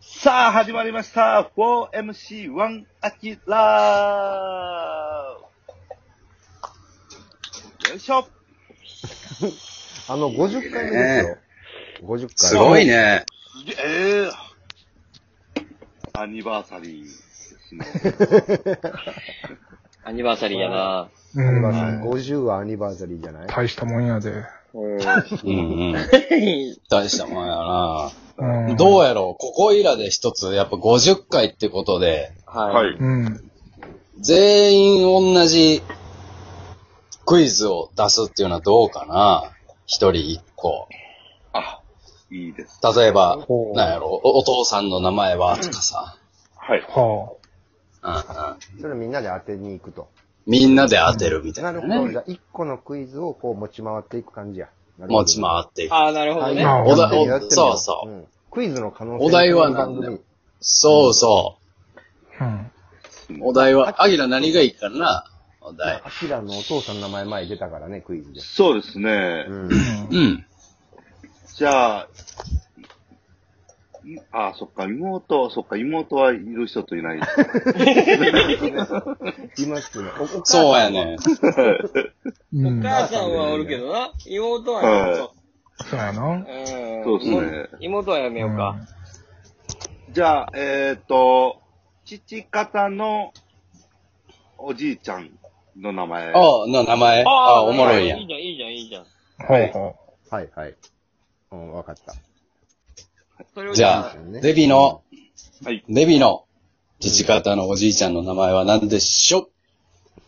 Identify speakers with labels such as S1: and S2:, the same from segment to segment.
S1: さあ、始まりました。4MC1 アキラーよいしょ
S2: あの、50回目ですよ。50回。
S3: すごい。ね。
S1: すげえアニバーサリーですね。
S4: アニバーサリーやな
S5: う
S2: アニバー
S5: ん。
S2: サリー。50はアニバーサリーじゃない
S5: 大したもんやで。
S4: うん。
S3: うんうん。 大したもんやな。
S5: うん。
S3: どうやろうここいらで一つ、やっぱ50回ってことで、
S4: はい。
S1: い。
S5: うん。
S3: 全員同じクイズを出すっていうのはどうかな一人一個。
S1: あ、いいです。
S3: 例えば
S5: ほ、う
S3: なんやろうおお父さんの名前はとかさ。
S1: はい。
S5: は
S3: うんうん。
S2: それみんなで当てに行くと。
S3: みんなで当てるみた
S2: ないる
S3: な
S2: ほど。
S3: ね
S2: じ。ゃあ、1個のクイズをこう持ち回っていく感じや。なるほど
S3: 持ち回っていく。
S4: ああ、なるほどね。
S5: はい
S3: おだお
S2: やってみよ
S3: そうそう
S2: うんクイズの可能性
S3: お題は
S2: この番組。
S3: そうそ
S5: あ。うん。
S3: う。お題は、アギラ何がいいかなお題。
S2: アキラのお父さんの名前前出たからね、クイズで。
S1: そうですね
S2: う。ん。
S3: うん。
S1: じゃあ、いあ、そっか、妹、そっか、妹はいる人といない。
S2: いますね。おお母さん
S3: そうやね。
S5: う
S4: お
S5: ん。
S4: 母さんはおるけどな。妹はやめよ
S5: そうやな
S4: う。。うん。
S1: そうですね
S4: 妹はやめようか。
S1: じゃあ、えっ、と、父方のおじいちゃんの名前。
S3: ああ、の名前。ああ、おもろいやん
S4: いい。じゃん、いいじゃん、いいじゃん。
S5: うん。ほうほ
S2: はいはい。うん、わかった。
S4: それを
S3: じゃ
S2: そう
S3: あ
S2: ですよね、
S3: デビの、
S1: はい
S3: デビの、父方のおじいちゃんの名前は何でしょう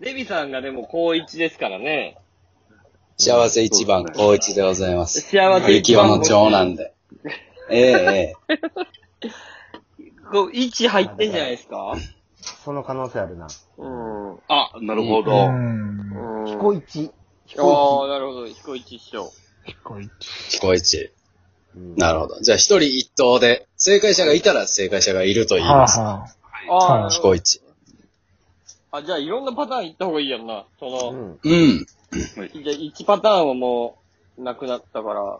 S4: デビさんがでも高一ですからね。
S3: 幸せ一番、
S1: そうですね
S3: 高一でございます。
S4: 幸せ
S3: 幸
S4: 一
S3: 男
S4: 番
S3: の長男で。ええええ
S4: こう、1入ってんじゃないですか
S2: その可能性あるな。
S4: うん。うん。
S1: あ、なるほ
S5: う。
S1: ど。
S5: うん。
S2: 彦一。
S4: ああ、
S2: 彦
S4: なるほど。彦一師匠。
S5: 彦一。
S3: 高一。
S2: 一。うん
S3: なるほど。じゃあ、一人一党で、正解者がいたら正解者がいると言い
S5: は
S3: ま
S5: あ
S3: す。
S5: は
S4: ああ、
S5: はい
S3: 彦一。
S4: あ、じゃあいろんなパターン行った方がいいやんな。その、
S2: うん。
S3: うん。
S4: じゃあ、1パターンはもう、なくなったから。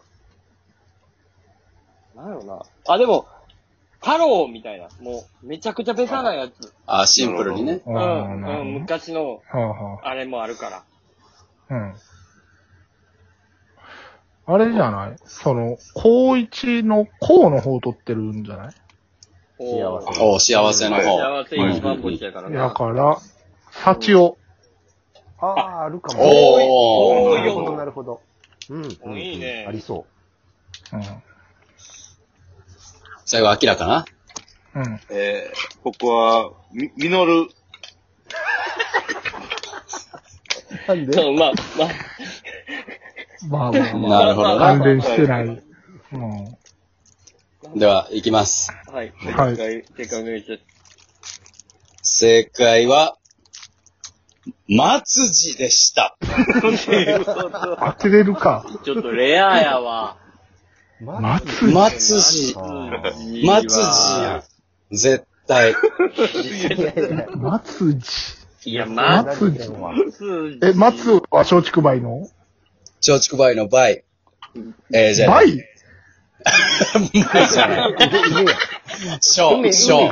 S4: なんやろな。あ、でも、太郎みたいな。もう、めちゃくちゃベタなやつ。
S3: ああ、シンプルにね。
S5: あ。
S4: う
S5: ああ、
S4: ん、
S5: な
S4: うん、
S5: るほど。
S4: 昔の、
S5: はあは
S4: あれもあるから。
S5: あ。うん。あれじゃないその、高一の高の方取ってるんじゃない
S4: おー
S2: 幸
S3: お幸せの方。
S4: 幸せ一番星やから
S5: だ
S4: な。
S5: から、幸を。
S2: ああ、あるかも。
S3: お
S4: お
S3: ー
S4: ー
S2: なるほ
S4: よ
S2: ど、なるほど。うんうん。うん
S4: いいね
S2: ありそ
S5: うん。
S3: 最後、アキラかな
S5: うん。
S1: えー、ここは、み、みのる。
S2: う。なん
S4: そう、まあ、まあ、
S5: まあまあま
S3: なるほど
S5: あ。関
S3: な。
S5: 連してない。うん。
S3: では、行きます。
S4: はい。
S5: は
S4: 正
S5: い
S4: 解、正解お願いします。
S3: 正解は、松字でした。
S5: 当てれるか。
S4: ちょっとレアやわ。
S5: 松
S3: 松字。
S4: いいわ
S3: 松字や。絶対。
S5: 松字。
S4: いや、松
S5: 松
S2: 松
S5: 字。
S4: 字。
S5: え、松は松竹梅の
S3: 松竹梅の梅。えー、じゃあ、
S5: 梅
S3: 梅じゃない。小、小。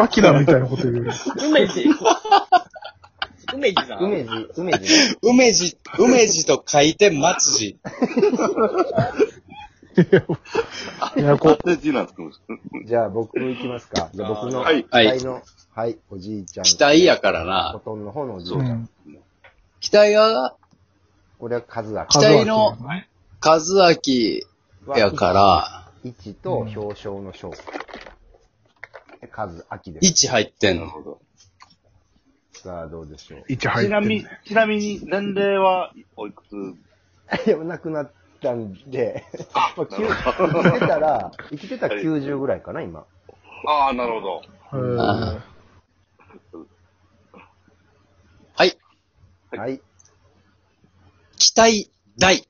S5: アキラみたいなこ と言う。
S4: 梅字。梅字さん。
S2: 梅津、梅津。
S3: 梅字、梅字と書いて松字。
S5: いや、こ
S1: あ
S5: う、
S1: て字なんですけ
S2: じゃあ僕行きますか。じゃあ僕の、
S1: はい
S2: 期待の、はい、おじいちゃん。
S3: 期待やから
S2: コ
S3: な。
S2: トンの方のおじいうちゃん。
S5: ん。
S3: 期待が、
S2: これは数が
S3: 期待の和明やから、
S2: 1と表彰の章。で数、秋です。
S3: 1入ってんの。
S2: さあ、どうでしょう。
S5: 一
S1: ど。
S5: 入
S1: ちな
S5: っ
S1: み
S5: て
S1: に
S5: る。、
S1: ちなみに、年齢は、おいくつ
S2: いや、なくなったんで、 まあきゅう生きてたら、生きてたら90ぐらいかな、今。
S1: ああ、なるほど。
S5: うん
S3: あはい。
S1: はい
S2: はい。
S3: 期待大。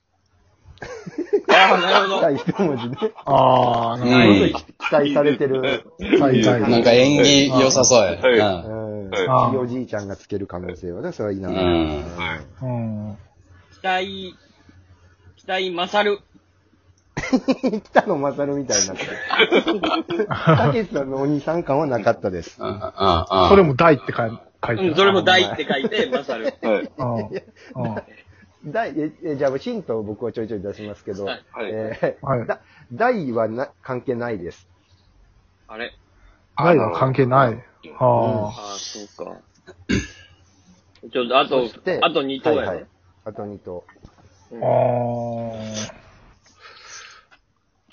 S4: ああ、なるほど。
S2: 大一文字ね。
S5: ああ、
S3: う
S5: なん
S2: 期
S3: ん。
S2: 待されてる。
S5: はいはい
S3: なんか演技良さそうや。
S1: は
S2: うん。
S1: はい
S2: おじいちゃんがつける可能性はね、それはいいな。
S3: うん
S2: うん
S5: か、うん。
S4: 期待、期待勝る。
S2: 北野勝みたいになってる。たけしさんのお兄さん感はなかったです。
S3: うんうんうん。
S5: それも大って書い書いて
S4: う
S5: る。
S4: ん、それも大って書いて、マサル。
S1: はい。
S5: うん。うん。
S2: 大ええじゃあ、ヒントを僕はちょいちょい出しますけど、
S4: はい
S1: はい
S2: えー
S5: はい
S2: だ大はな関係ないです。
S4: あれ
S5: 大は関係ない。ああ。
S4: ああ、そうか。ちょっと、あと
S2: そして、
S4: あと2等や
S2: はい
S4: な、
S2: はいあと2頭。
S5: ああ。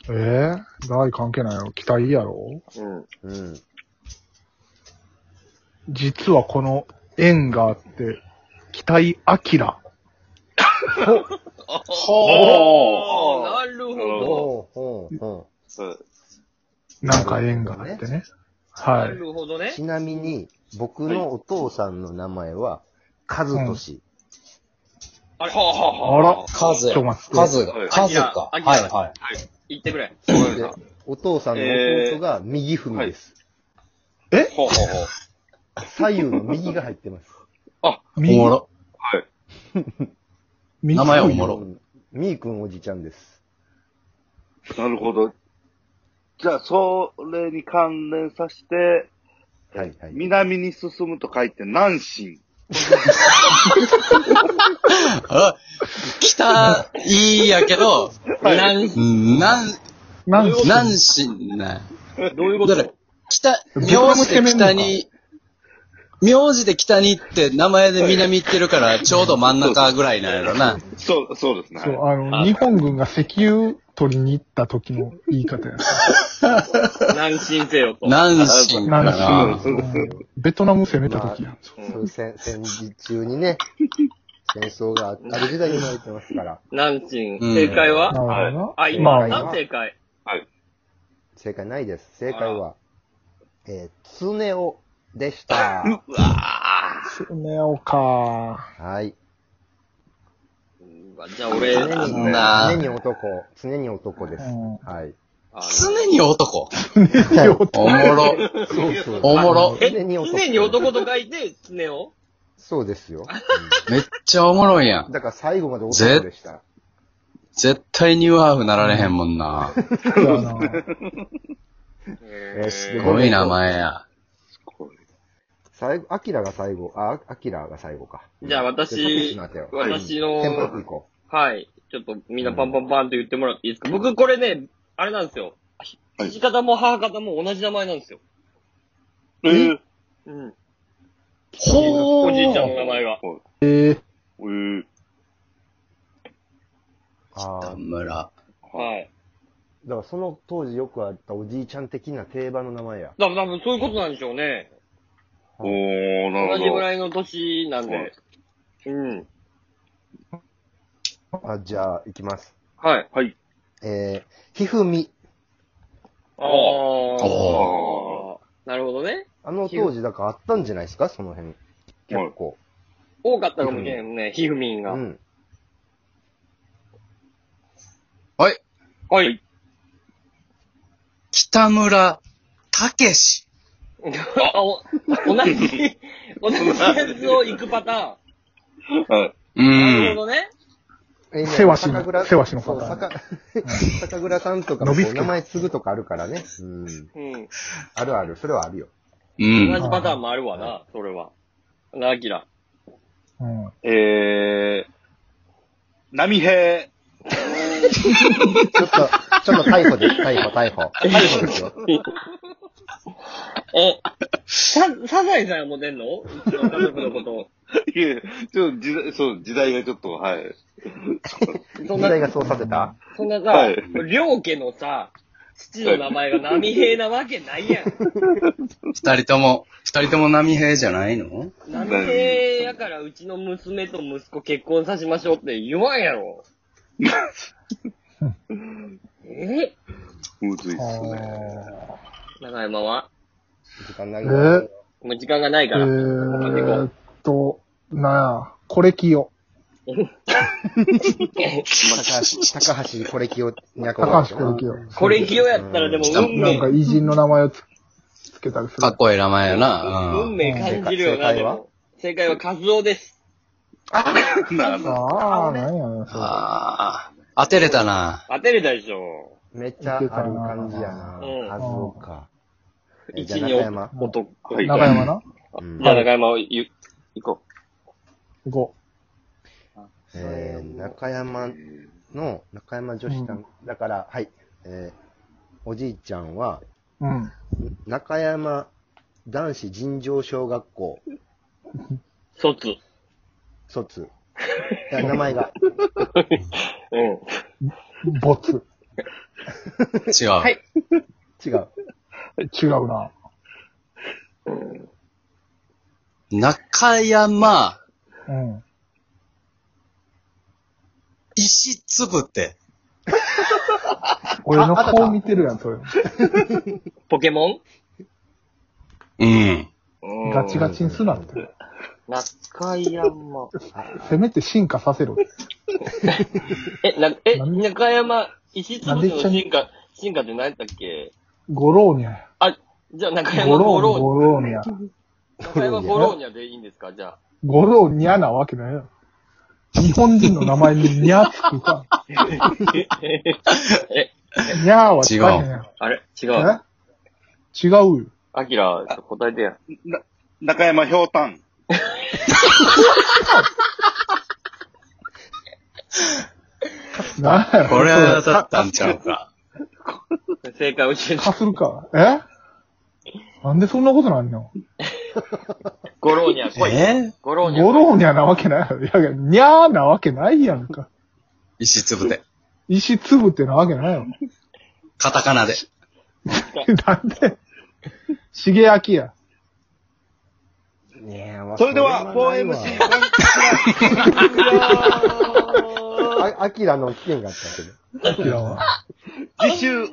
S5: ええ大関係ないやろ期待やろ
S4: うん。
S2: うん。
S5: 実はこの縁があって、期待アキラ。
S4: あ
S1: ほー
S4: あ、なるほど。
S2: ほうほうほ
S1: そう
S5: なんか縁があってね。
S4: な
S5: は。
S4: いるほど
S2: う
S4: ね
S2: ち。なみに、僕のお父さんの名前は、和俊。
S4: あれ、
S5: あら。
S3: 数
S5: ちょ待っ。て
S3: 数
S1: はい
S3: が。数か。は
S4: あ
S3: い
S4: きらあきら
S3: はい。
S4: 言ってくれ。
S2: でお父さんの弟が右踏みです。
S4: ほうほうほう。
S2: 左右の右が入ってます。
S3: おもろ。
S5: 右
S3: 名前はおもろ
S2: うんみーくんおじちゃんです。
S1: なるほど。じゃあ、それに関連させて、
S2: はいはい。
S1: 南に進むと書いて、南進。
S3: あ、北、いいやけど、
S4: 南
S3: なん、
S5: なんす
S3: なんしんない。
S4: どういうこ
S3: だ
S4: と
S3: から、北、名
S5: ベトナム
S3: 字
S5: つけ
S3: で
S5: 麺な
S3: 北
S5: のか
S3: に、名字で北にって名前で南行ってるから、ちょうど真ん中ぐらいなんやろな。
S1: そう、そうですね。
S5: そう、
S1: は
S5: あの、日本軍が石油取りに行った時の言い方や。
S4: 南進せよと。
S3: 南進か
S5: なん
S3: な
S5: す。うんベトナム攻めた時やん。
S2: そう戦、戦時中にね、戦争がある時代に生まれてますから、
S4: 南進。
S3: うん
S4: 正解は、
S5: なるほどな。
S4: あ、今、
S5: まあ
S4: な正解。
S2: 正解ないです。正解は、えー、つねおでした。
S5: ネオか。
S2: はい。
S4: うわじゃあ俺、
S2: 常
S4: あ
S2: に、
S3: んな
S2: 常に男、常に男です。
S5: うん
S2: はい。
S3: 常に男。おもろ。
S2: そうそう。
S3: おもろ。
S4: え、
S2: 常に男
S4: 常に男と書いて、常を
S2: そうですよ。
S3: めっちゃおもろいや
S2: うん
S3: ん。
S2: だから最後まで男でした。
S3: 絶対ニューハーフなられへんもんな。
S5: そうやな
S2: えーす
S3: すごい名
S2: で
S3: 前や。
S2: 最後、アキラが最後、あ、アキラが最後か。
S4: じゃあ
S2: で
S4: 私
S2: トピックの後よ
S4: 私
S2: テンポよく
S4: の
S2: 行、こ
S4: はい。ちょっとみんなパンパンパンと言ってもらっていいですか、僕これね、あれなんですよ。
S1: はい
S4: 父方も母方も同じ名前なんですよ。
S1: えー、
S4: うん。
S5: ほ
S4: お
S5: ー
S4: じいちゃんの名前が。
S5: え
S1: えー、
S2: う。あ
S3: 田
S2: あ。
S3: 村。
S4: はい。
S2: だからその当時よくあったおじいちゃん的な定番の名前や。
S4: だから多分そういうことなんでしょうね。
S1: おー、な
S4: 同
S1: る
S4: じ
S1: ほど。
S4: ぐらいの年なんで。うん。
S2: あ、じゃあ、行きます。
S4: はい。
S1: はい。
S2: えー、ひふみ。
S4: ああ。
S1: お
S4: なるほどね。
S2: あの当時、だからあったんじゃないですかその辺。結構。
S4: 多かったかもしれんね、ひふみん
S2: う
S4: が。
S2: ん。
S4: はい。
S3: 北村、たけし。
S4: あ、お、同 じ、同じやつを行くパタ
S1: はい。
S3: う
S4: ーン。なる
S3: ん。
S4: ほどね。
S2: えー
S5: せわしの
S2: 酒蔵
S5: せわしの
S2: そう
S5: パタ
S2: 酒酒蔵さんとか
S5: 伸
S2: も
S5: び
S2: こ
S5: つ
S2: う
S5: け
S2: 名前継ぐとかあるからね。うん。
S4: うん。
S2: あるある。それはあるよ。
S3: う
S4: 同
S3: ん。
S4: じパターンもあるわな、それは。な、あきら。
S5: うん。
S1: えー、波平。
S2: ちょっと、ちょっと逮捕です。逮捕、逮捕。逮捕ですよ。
S4: え、さ、サザエさんはモデルのうちの家族のこと。
S1: いえ、ちょっと時代、そう、時代がちょっと、はい。
S4: そん
S2: 時
S4: な
S2: 代がそうさせた
S4: そんなさ、
S1: はい
S4: 両家のさ、父の名前が波平なわけないやん。
S3: 二人とも、二人とも波平じゃないの
S4: 波平やからうちの娘と息子結婚さしましょうって言わんや ろ。え
S1: むずいっす
S5: あ
S1: ね。
S4: 長山は
S2: 時間な
S5: え
S2: い
S5: ー、
S4: もう時間がない
S5: え
S4: から。
S5: ーっと、なあ、これきよ。
S2: 高橋、高橋これきを、
S5: 高橋これきよ。
S4: これ清やったらでも運
S5: なん
S4: 命
S5: か、偉人の名前をつつけたりす
S3: か
S5: る
S3: っ。こいい名前やな。う
S4: 運
S3: ん。
S4: 命感じるよ
S2: 正
S4: な、
S2: 解
S4: で
S2: は
S4: も。正解はカズオです。
S1: なるほど。
S5: ああ、なんやねん、それ。
S3: ああ。当てれた な。
S4: 当てれたでしょ。
S2: めっちゃある感じやな。
S4: うん
S2: カズオか。えじゃ
S4: 一
S2: あ
S4: に
S2: 中山
S4: お男。
S1: はい
S5: 中山な。
S2: うん
S4: じゃあ中山をゆ、行こ
S5: 行こ
S2: えー中山の、中山女子団、だから、はい、えーおじいちゃんは、
S5: う。うん。
S2: 中山男子尋常小学校
S4: う。卒。
S2: 卒。いや名前が、
S4: うん。
S5: ボツ。
S3: 違う。
S4: はい
S2: 違う。
S5: 違うな。
S3: 中山、
S5: うん。
S3: 石つぶて。
S5: 俺の
S2: ああと
S5: 顔
S2: か
S5: 見てるやん、それ。
S4: ポケモ
S3: うん。
S4: ン
S5: ガチガチにすなって。
S4: 中山。
S5: せめて進化させろ。
S4: え、な、え、
S5: なん
S4: 中山、石つぶ
S5: なん
S4: の
S5: でちゃん
S4: 進化、進化って何やったっけ
S5: ゴローニャや。
S4: じゃあ中山
S5: ゴ
S4: ゴ
S5: ロー、
S4: ロ
S5: ゴローニャ。
S4: ーニャ。中山ゴローニャでいいんですかじゃ
S5: ゴローニャなわけないやろ。日本人の名前にニャつくか。
S4: あ。え、
S5: ニャーはつかへんやん。
S4: あれ違
S5: え
S4: う。
S5: 違うよ。
S4: アキラ、ちょっと答えてや。
S1: な中山ひょうたん。
S5: なんやろ
S3: これは当たったんちゃうか。
S4: 正解教えて
S5: か。するか。えなんでそんなことなんの
S4: ゴローニャ来い。
S3: え
S4: ゴロ
S5: ゴ
S4: ーニャ。
S5: ローニャなわけないやろ。いや、ニャーなわけないやんか。
S3: 石つぶて。
S5: 石つぶってなわけない やろ。
S3: カタカナで。
S5: なんで、 しげあきや。
S2: いやまあ
S1: それでは、
S2: ないわ
S1: 4MC コン
S2: あ、アキラの危険があったけど。
S5: あきらは。
S1: 次週、